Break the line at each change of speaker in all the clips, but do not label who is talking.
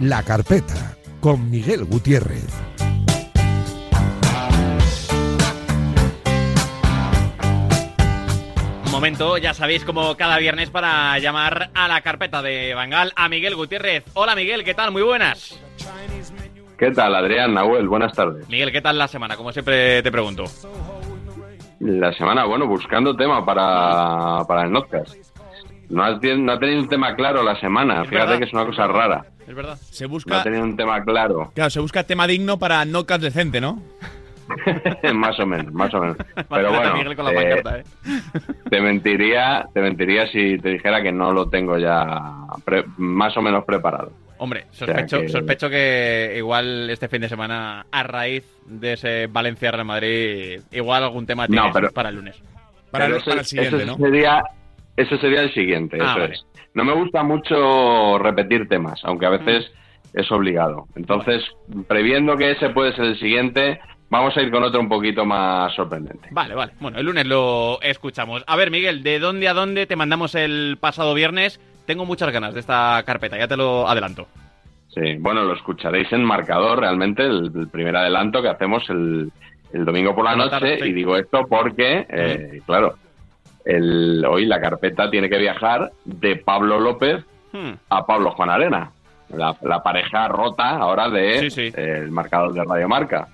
La Carpeta con Miguel Gutiérrez.
Momento, ya sabéis, como cada viernes para llamar a la carpeta de Bangal a Miguel Gutiérrez. Hola Miguel, ¿qué tal? Muy buenas.
¿Qué tal, Adrián, Nahuel? Buenas tardes.
Miguel, ¿qué tal la semana? Como siempre te pregunto.
La semana, bueno, buscando tema para, para el podcast. No ha, tien- no ha tenido un tema claro la semana,
Es
fíjate
verdad.
que es una cosa rara.
Es verdad.
Se
No ha
busca,
tenido un tema claro,
claro, se busca tema digno para Knockcast decente, ¿no?
más o menos, más o menos. Pero
Pancarta,
bueno,
Miguel con la
eh,
pancarta, ¿eh?
te mentiría, te mentiría si te dijera que no lo tengo ya pre- más o menos preparado.
Hombre,
sea
sospecho,
que-
sospecho que igual este fin de semana, a raíz de ese Valencia-Real Madrid, igual algún tema tienes
pero-
para el lunes.
Para,
Pero
el-
ese-
para el siguiente,
ese
¿no?
Sería, ese sería el siguiente,
Ah,
eso
vale.
es. No me gusta mucho repetir temas, aunque a
Mm.
veces es obligado. Entonces, previendo que ese puede ser el siguiente, vamos a ir con otro un poquito más sorprendente.
Vale, vale. Bueno, el lunes lo escuchamos. A ver, Miguel, ¿de dónde a dónde te mandamos el pasado viernes? Tengo muchas ganas de esta carpeta, ya te lo adelanto.
Sí, bueno, lo escucharéis en marcador realmente, el, el primer adelanto que hacemos el, el domingo por la
Por la
noche.
tarde, sí.
Y digo esto porque, eh, claro, el, hoy la carpeta tiene que viajar de Pablo López
Hmm.
a Pablo Juan Arena, la, la pareja rota ahora de
Sí, sí.
eh, el marcador de Radio Marca.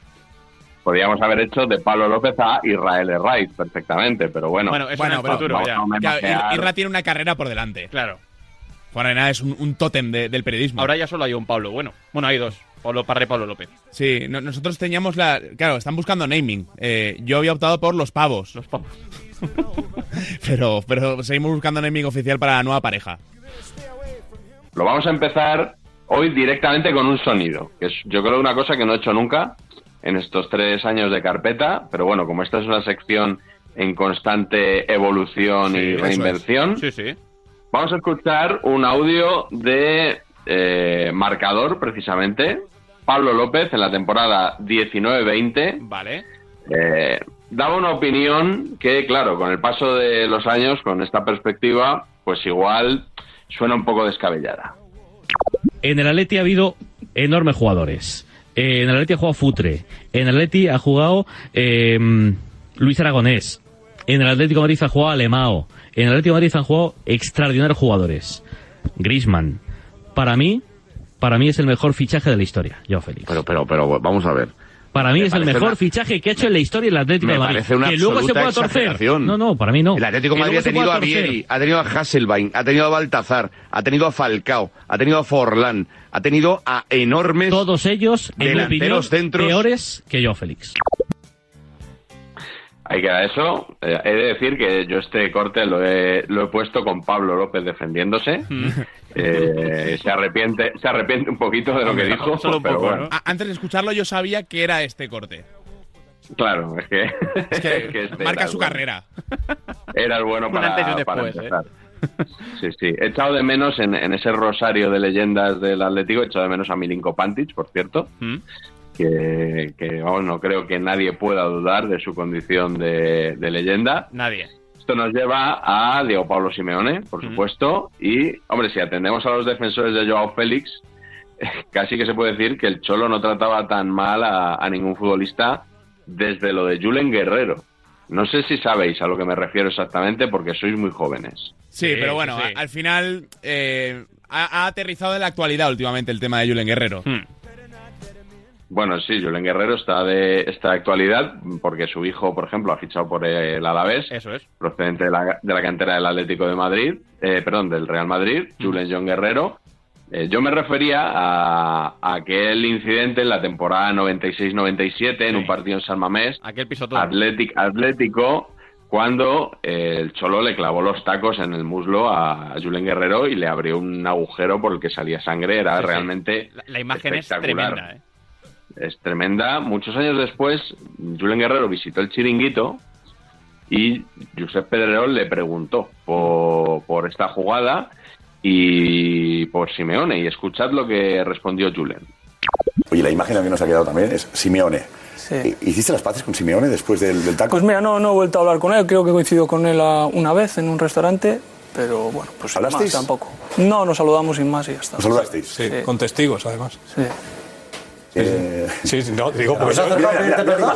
Podríamos haber hecho de Pablo López a Israel Herraiz perfectamente, pero bueno,
Bueno, eso
Bueno,
en el
pero-
futuro,
vamos
ya.
a
Claro, Ir-
homenajear-
Irra tiene una carrera por delante.
Claro.
Juan Arena es un, un tótem de- del periodismo.
Ahora ya solo hay un Pablo, bueno. Bueno, hay dos. Pablo Parra y Pablo López.
Sí, no- nosotros teníamos la. Claro, están buscando naming. Eh, yo había optado por los pavos,
Los pavos.
pero, pero seguimos buscando naming oficial para la nueva pareja.
Lo vamos a empezar hoy directamente con un sonido, que es yo creo una cosa que no he hecho nunca en estos tres años de carpeta, pero bueno, como esta es una sección en constante evolución
Sí,
y
eso
reinvención,
Sí, sí.
vamos a escuchar un audio de eh, marcador precisamente, Pablo López en la temporada 19-20,
Vale.
eh, daba una opinión que, claro, con el paso de los años, con esta perspectiva, pues igual suena un poco descabellada.
En el Atleti ha habido enormes jugadores. Eh, en el Atleti ha jugado Futre. En el Atleti ha jugado eh, Luis Aragonés. En el Atlético de Madrid ha jugado Alemao. En el Atlético de Madrid han jugado extraordinarios jugadores. Grisman. Para mí, para mí es el mejor fichaje de la historia, Joao Félix.
Pero, pero, pero, vamos a ver.
para mí
me
es el
parece
mejor
una-
fichaje que ha hecho en la historia el Atlético
me
de Madrid.
parece una
que luego se
absoluta
pueda torcer.
exageración.
No, no, para mí no.
El Atlético de
Que
Madrid ha
luego se pueda
tenido a
torcer.
Vieri, ha tenido a Hasselbain, ha tenido a Baltazar, ha tenido a Falcao, ha tenido a Forlán, ha tenido a enormes.
Todos ellos, en mi opinión,
Delanteros, centros.
peores que Joao Félix.
Ahí queda eso. Eh, he de decir que yo este corte lo he, lo he puesto con Pablo López defendiéndose. Eh, se arrepiente se arrepiente un poquito de lo que dijo.
solo un
pero
poco,
bueno.
A- antes de escucharlo, yo sabía que era este corte.
Claro, es que,
Es que,
es que este era
marca
el
su
bueno.
carrera.
Era el bueno
Un
para,
antes y un
para
después, ¿eh?
empezar. Sí, sí. He echado de menos en, en ese rosario de leyendas del Atlético, he echado de menos a Milinko Pantic, por cierto.
Hmm.
Que, que, vamos, no creo que nadie pueda dudar de su condición de- de leyenda.
Nadie.
Esto nos lleva a Diego Pablo Simeone, por
Ujú.
supuesto, y, hombre, si atendemos a los defensores de Joao Félix, casi que se puede decir que el Cholo no trataba tan mal a, a ningún futbolista desde lo de Julen Guerrero. No sé si sabéis a lo que me refiero exactamente porque sois muy jóvenes.
Sí,
Sí,
pero bueno,
sí, sí.
a- al final eh, ha, ha aterrizado en la actualidad últimamente el tema de Julen Guerrero.
Hmm.
Bueno, sí, Julen Guerrero está de esta actualidad porque su hijo, por ejemplo, ha fichado por el Alavés.
Eso es.
procedente de la, de la cantera del Atlético de Madrid, eh, perdón, del Real Madrid, Julen John Guerrero. Eh, yo me refería a, a aquel incidente en la temporada 96-97 en un partido en San Mamés,
Aquel pisotón.
Athletic, Atlético, cuando eh, el Cholo le clavó los tacos en el muslo a Julen Guerrero y le abrió un agujero por el que salía sangre. Era
Sí, sí.
realmente
La, la imagen es
espectacular.
tremenda, ¿eh?
es tremenda. Muchos años después, Julen Guerrero visitó el chiringuito y Josep Pedrerol le preguntó por, por esta jugada y por Simeone. Y escuchad lo que respondió Julen.
Oye, la imagen que nos ha quedado también es Simeone. Eh,
Sí.
¿Hiciste las paces con Simeone después del, del taco?
Pues mira, no, no he vuelto a hablar con él, creo que coincido con él ah, una vez en un restaurante pero bueno, pues sin
¿Hablasteis?
más tampoco. No, nos saludamos sin más y ya está.
¿Os saludasteis?
Sí, con testigos, además.
Sí.
Eh,
Sí, sí, no, digo, porque
¿os has
no-
acercado a pedirte perdón?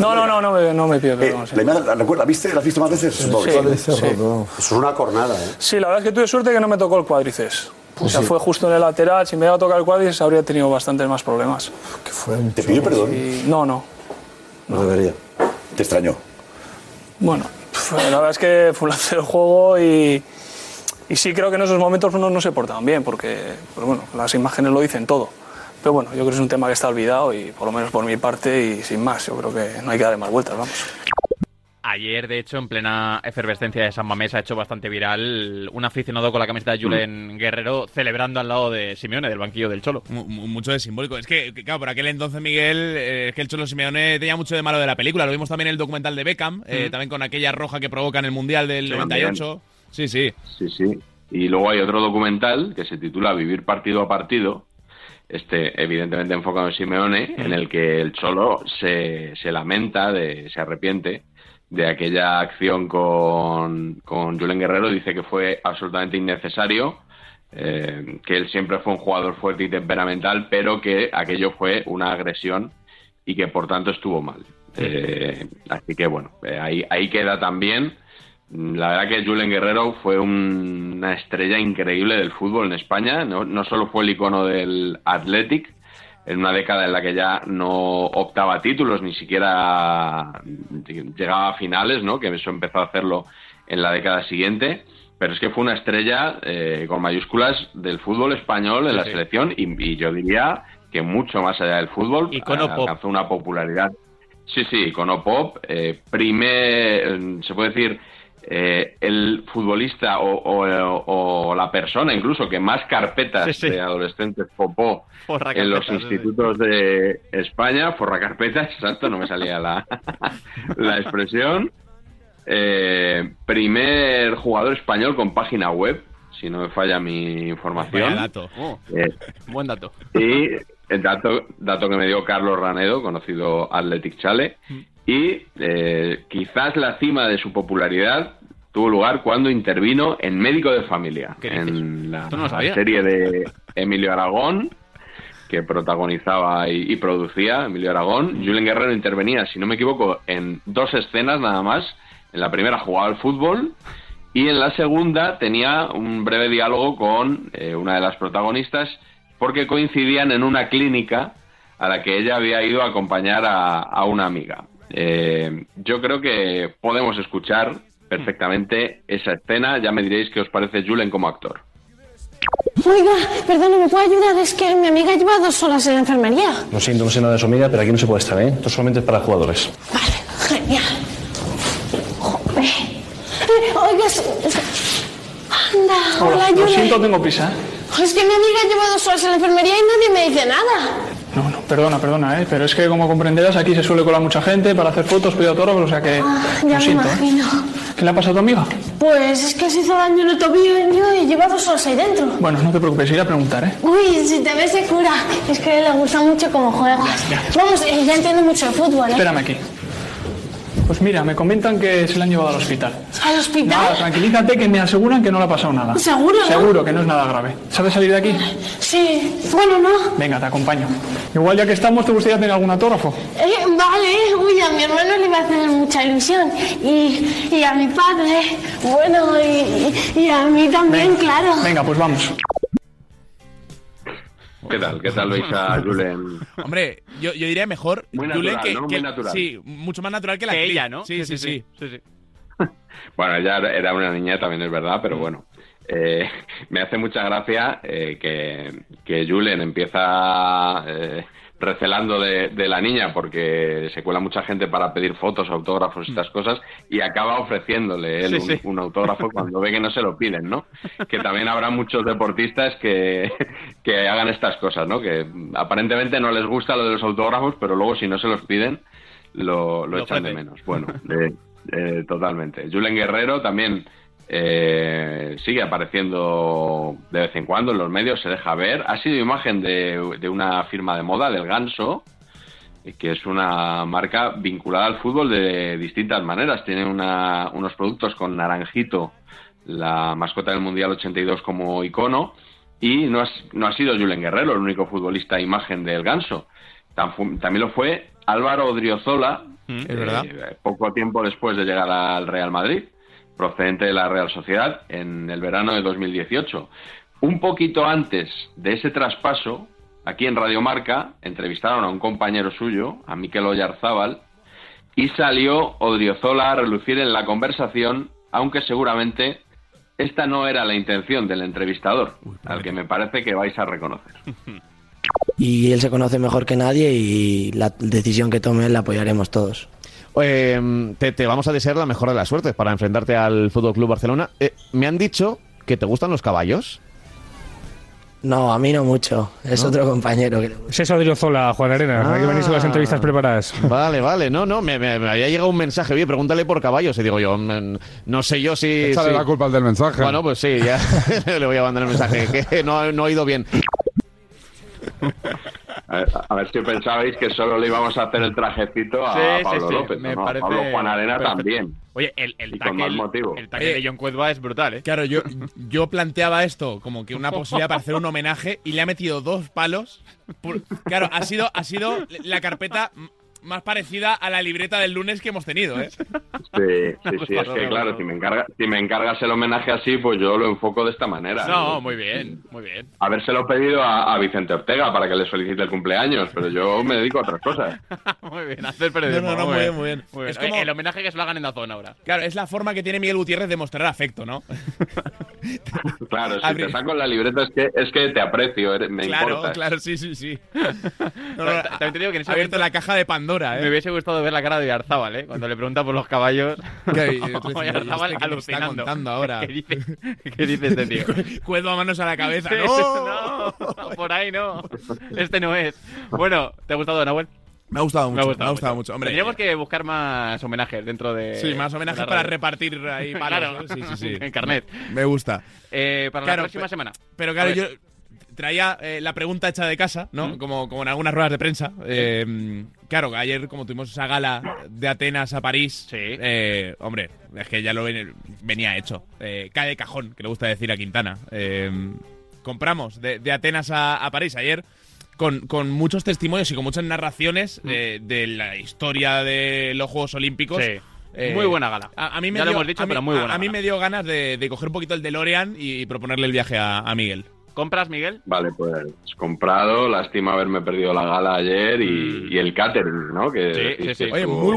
No, no, no, no me, no me pido
Eh,
perdón. sí.
la imagen, ¿recuerda? ¿Viste? ¿La has visto más veces? Supongo que sí.
sí.
Eso es una cornada, ¿eh? Pues
Sí, la verdad es que tuve suerte que no me tocó el cuádriceps. o sea, fue justo en el lateral. Si me hubiera tocado el cuádriceps, habría tenido bastantes más problemas.
¿Te pidió perdón?
Y no, no.
No debería.
Te extrañó.
Bueno, pf, Pues la verdad es que fue un lance del juego y, y sí creo que en esos momentos uno no se portaban bien porque, pues bueno, las imágenes lo dicen todo. Pero bueno, yo creo que es un tema que está olvidado y por lo menos por mi parte y sin más, yo creo que no hay que darle más vueltas, vamos.
Ayer, de hecho, en plena efervescencia de San Mamés, ha hecho bastante viral un aficionado con la camiseta de
Hmm.
Julen Guerrero celebrando al lado de Simeone, del banquillo del Cholo.
Mu- mu- Mucho de simbólico. Es que, que, claro, por aquel entonces, Miguel, eh, es que el Cholo Simeone tenía mucho de malo de la película. Lo vimos también en el documental de Beckham, eh,
Hmm.
también con aquella roja que provoca en el Mundial del
Sí,
98. Sí, sí.
Sí, sí. Y luego hay otro documental que se titula Vivir partido a partido, este evidentemente enfocado en Simeone, en el que el Cholo se, se lamenta, de, se arrepiente de aquella acción con, con Julen Guerrero, dice que fue absolutamente innecesario, eh, que él siempre fue un jugador fuerte y temperamental, pero que aquello fue una agresión y que por tanto estuvo mal. Eh, así que bueno, eh, ahí, ahí queda también. Mm, La verdad que Julen Guerrero fue un- una estrella increíble del fútbol en España. No, no solo fue el icono del Athletic, en una década en la que ya no optaba a títulos, ni siquiera mm, llegaba a finales, ¿no? que eso empezó a hacerlo en la década siguiente. Pero es que fue una estrella eh, con mayúsculas del fútbol español en la
sí.
selección y, y yo diría que mucho más allá del fútbol
Icono pop.
alcanzó una popularidad Sí, sí, icono pop. eh, primer, eh, se puede decir, eh, el futbolista o, o- o la persona incluso que más carpetas
Sí, sí.
de adolescentes popó
Forra ¿eh?
en los
carpetas, sí, sí.
institutos de España, forra carpetas, exacto, no me salía la, la expresión. Eh, primer jugador español con página web, si no me falla mi
Vaya
información.
dato.
Oh,
Eh,
buen dato.
y el dato, dato que me dio Carlos Ranedo, conocido Athletic Chale, y eh, quizás la cima de su popularidad tuvo lugar cuando intervino en Médico de Familia,
¿Qué dices?
en la
Esto no lo sabía.
serie de Emilio Aragón, que protagonizaba y, y producía Emilio Aragón.
Mm.
Julen Guerrero intervenía, si no me equivoco, en dos escenas nada más. En la primera jugaba al fútbol y en la segunda tenía un breve diálogo con eh, una de las protagonistas porque coincidían en una clínica a la que ella había ido a acompañar a, a una amiga. Eh, yo creo que podemos escuchar
Mm.
perfectamente esa escena. Ya me diréis qué os parece Julen como actor.
Oiga, perdón, ¿me puede ayudar? Es que mi amiga lleva dos horas en la enfermería.
No siento, no sé nada de su amiga, pero aquí no se puede estar, ¿eh? Esto solamente es para jugadores.
Vale, genial. Jope. Eh, Oiga, es- es- anda, hola,
lo
Julen.
siento, tengo prisa. ¿eh?
Es que mi amiga lleva dos horas en la enfermería y nadie me dice nada.
No, no, perdona, perdona, ¿eh? pero es que como comprenderás aquí se suele colar mucha gente para hacer fotos, pedir autógrafos, o sea que
Ah,
lo
ya me
siento. ¿eh?
imagino.
¿Qué le ha pasado a tu amiga?
Pues es que se hizo daño en el tobillo y lleva dos horas ahí dentro.
Bueno, no te preocupes, iré a preguntar, ¿eh?
Uy, si te ves se cura. Es que le gusta mucho cómo juegas. Vamos, eh, ya entiendo mucho de fútbol, ¿eh?
Espérame aquí. Pues mira, me comentan que se la han llevado al hospital.
¿Al hospital?
Nada, tranquilízate que me aseguran que no le ha pasado nada.
¿Seguro, no?
Seguro que no es nada grave. ¿Sabes salir de aquí?
Sí. Bueno, no.
Venga, te acompaño. Igual ya que estamos, ¿te gustaría tener algún autógrafo?
Eh, vale, uy, a mi hermano le va a hacer mucha ilusión. Y, y a mi padre, bueno, y, y a mí también, claro.
Venga, pues vamos.
¿Qué tal? ¿Qué tal veis a Julen?
Hombre, yo, yo diría mejor.
Muy
Julen,
natural,
que,
¿no? Muy
que-
natural.
Sí, mucho más natural que la
Que
actriz.
ella, ¿no?
Sí, sí, sí.
sí, sí.
Bueno, ella era una niña, también es verdad, pero bueno. Eh, me hace mucha gracia eh, que, que Julen empieza eh, recelando de, de la niña porque se cuela mucha gente para pedir fotos, autógrafos, estas cosas, y acaba ofreciéndole él
Sí,
un,
sí.
un autógrafo cuando ve que no se lo piden, ¿no? Que también habrá muchos deportistas que, que hagan estas cosas, ¿no? Que aparentemente no les gusta lo de los autógrafos, pero luego si no se los piden, lo, lo
Lo
echan de
ofrecen.
menos. Bueno, eh, eh, totalmente. Julen Guerrero también eh, sigue apareciendo de vez en cuando en los medios, se deja ver. Ha sido imagen de, de una firma de moda, del Ganso, eh, que es una marca vinculada al fútbol de distintas maneras. Tiene una- unos productos con naranjito la mascota del Mundial 82 como icono, y no, has- no ha sido Julen Guerrero el único futbolista imagen del ganso. Tan fu- También lo fue Álvaro Odriozola,
Mm, es
eh,
verdad.
poco tiempo después de llegar al Real Madrid, procedente de la Real Sociedad en el verano de 2018. Un poquito antes de ese traspaso, aquí en Radio Marca entrevistaron a un compañero suyo, a Miquel Oyarzábal, y salió Odriozola a relucir en la conversación, aunque seguramente esta no era la intención del entrevistador, al que me parece que vais a reconocer.
Y él se conoce mejor que nadie y la decisión que tome la apoyaremos todos.
Eh, te, te vamos a desear la mejor de las suertes para enfrentarte al Fútbol Club Barcelona. Eh, me han dicho que te gustan los caballos.
No, a mí no mucho. Es otro compañero que le gusta.
Es eso de Yozola, Juan Arenas. Hay que venir con las entrevistas
Ah.
preparadas.
Vale, vale. No, no, me, me- me había llegado un mensaje. Oye, pregúntale por caballos. Y digo yo, mm, no sé yo si.
Échale
si-
la culpa al del mensaje.
Bueno, pues sí, ya le voy a mandar el mensaje. Que no, no he ido bien.
A ver, a ver si pensabais que solo le íbamos a hacer el trajecito a
Sí, sí,
Pablo
sí,
López.
me
¿no? A
parece
Pablo Juan Arena
perfecto.
también.
Oye, el, el
Y con
tackle,
más motivo.
el tackle de John Cuezba es brutal, ¿eh?
Claro, yo, yo planteaba esto como que una posibilidad para hacer un homenaje y le ha metido dos palos. por- claro, ha sido, ha sido la carpeta m- más parecida a la libreta del lunes que hemos tenido, ¿eh?
Sí, sí, sí, es que claro, si me, encarga- si me encargas el homenaje así, pues yo lo enfoco de esta manera.
No, muy bien, muy bien.
Habérselo pedido a, a Vicente Ortega para que le solicite el cumpleaños, pero yo me dedico a otras cosas.
Muy bien, hacer periodismo.
No, no, no, muy bien, muy bien.
Muy bien.
Es como-
Oye, El homenaje que se lo hagan en la zona ahora.
Claro, es la forma que tiene Miguel Gutiérrez de mostrar afecto, ¿no?
Claro, si
Abrir.
te saco la libreta es que, es que te aprecio, eres- me
claro,
importa.
claro, sí, sí, sí. No, no,
También te digo que en ese
ha abierto
momento
la caja de Pandora, ¿eh?
Me hubiese gustado ver la cara de Arzábal, ¿eh? Cuando le pregunta por los caballos.
Claro, y yo estoy diciendo,
Oyarzábal
¿y este qué me está
alucinando.
contando ahora?
¿Qué dice, qué dice este tío?
Cuedo a manos a la cabeza.
Sí,
¡No!
no, Por ahí no. Este no es. Bueno, ¿te ha gustado, Nahuel?
Me ha gustado mucho, me ha gustado, mucho. Hombre,
Tendríamos que buscar más homenajes dentro de.
Sí, más homenajes
de la
para
radio.
repartir eh, ahí palos,
Claro.
¿no? Sí, sí, sí.
En carnet.
Me gusta.
Eh, para la
Claro,
próxima
pe-
semana.
Pero
A
claro,
ver.
yo traía eh, la pregunta hecha de casa, ¿no? Como, como en algunas ruedas de prensa. Eh, claro, ayer como tuvimos esa gala de Atenas a París, eh, hombre, es que ya lo ven- venía hecho. Eh, cae de cajón, que le gusta decir a Quintana. Eh, compramos de, de Atenas a, a París ayer. Con, con muchos testimonios y con muchas narraciones eh, de la historia de los Juegos Olímpicos. Eh,
Sí. Muy buena gala.
A, a mí me
Ya lo
dio-
hemos dicho,
a mí-
pero muy
a-
buena
A mí
gala.
me dio ganas de, de coger un poquito el DeLorean y proponerle el viaje a- a Miguel.
¿Compras, Miguel?
Vale, pues comprado, lástima haberme perdido la gala ayer y,
Mm.
y el catering, ¿no? Que decís que estuvo- estuvo bien.
¿eh? Muy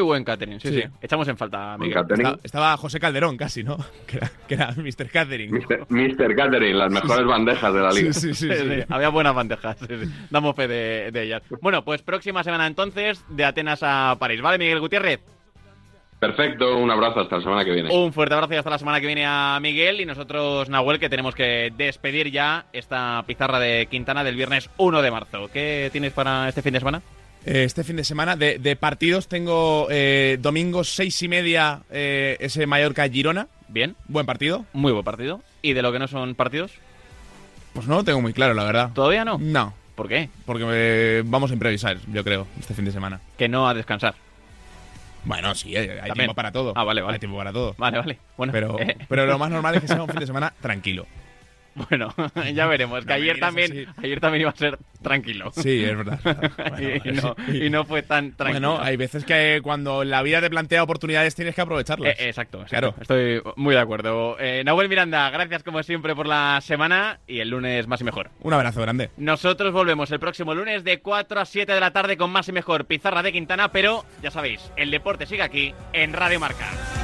buen catering, sí, sí.
Sí.
Echamos en falta,
Buen
Miguel.
catering.
Esta- estaba José Calderón casi, ¿no? Que era, que era Mr. Catering.
Mister, Mister Catering, las mejores bandejas de la liga.
Sí, sí, sí,
Sí,
sí.
sí, Había buenas bandejas. sí, sí. Damos fe de, de ellas. Bueno, pues próxima semana entonces, de Atenas a París. ¿Vale, Miguel Gutiérrez?
Perfecto, un abrazo hasta la semana que viene.
Un fuerte abrazo y hasta la semana que viene a Miguel. Y nosotros, Nahuel, que tenemos que despedir ya esta pizarra de Quintana del viernes 1 de marzo. ¿Qué tienes para este fin de semana?
Eh, Este fin de semana de, de partidos tengo eh, domingo seis y media eh, ese Mallorca-Girona.
Bien.
Buen partido.
Muy buen partido. ¿Y de lo que no son partidos?
Pues no lo tengo muy claro, la verdad.
¿Todavía no?
No.
¿Por qué?
Porque eh, vamos a improvisar, yo creo, este fin de semana.
Que no a descansar.
Bueno, sí, hay, hay
También.
tiempo para todo.
Ah, vale, vale.
Hay tiempo para todo.
Vale, vale. Bueno,
pero,
eh.
pero lo más normal es que sea un fin de semana tranquilo.
Bueno, ya veremos. Que
No me
ayer
mires
también, ayer también iba a ser tranquilo.
Sí, es verdad.
y, no, y no fue tan tranquilo. Eh,
Bueno, hay veces que cuando la vida te plantea oportunidades tienes que aprovecharlas.
Eh, exacto,
Claro.
Estoy muy de acuerdo. Eh, Nahuel Miranda, gracias como siempre por la semana y el lunes más y mejor.
Un abrazo grande.
Nosotros volvemos el próximo lunes de 4 a 7 de la tarde con más y mejor Pizarra de Quintana, pero ya sabéis, el deporte sigue aquí en Radio Marca.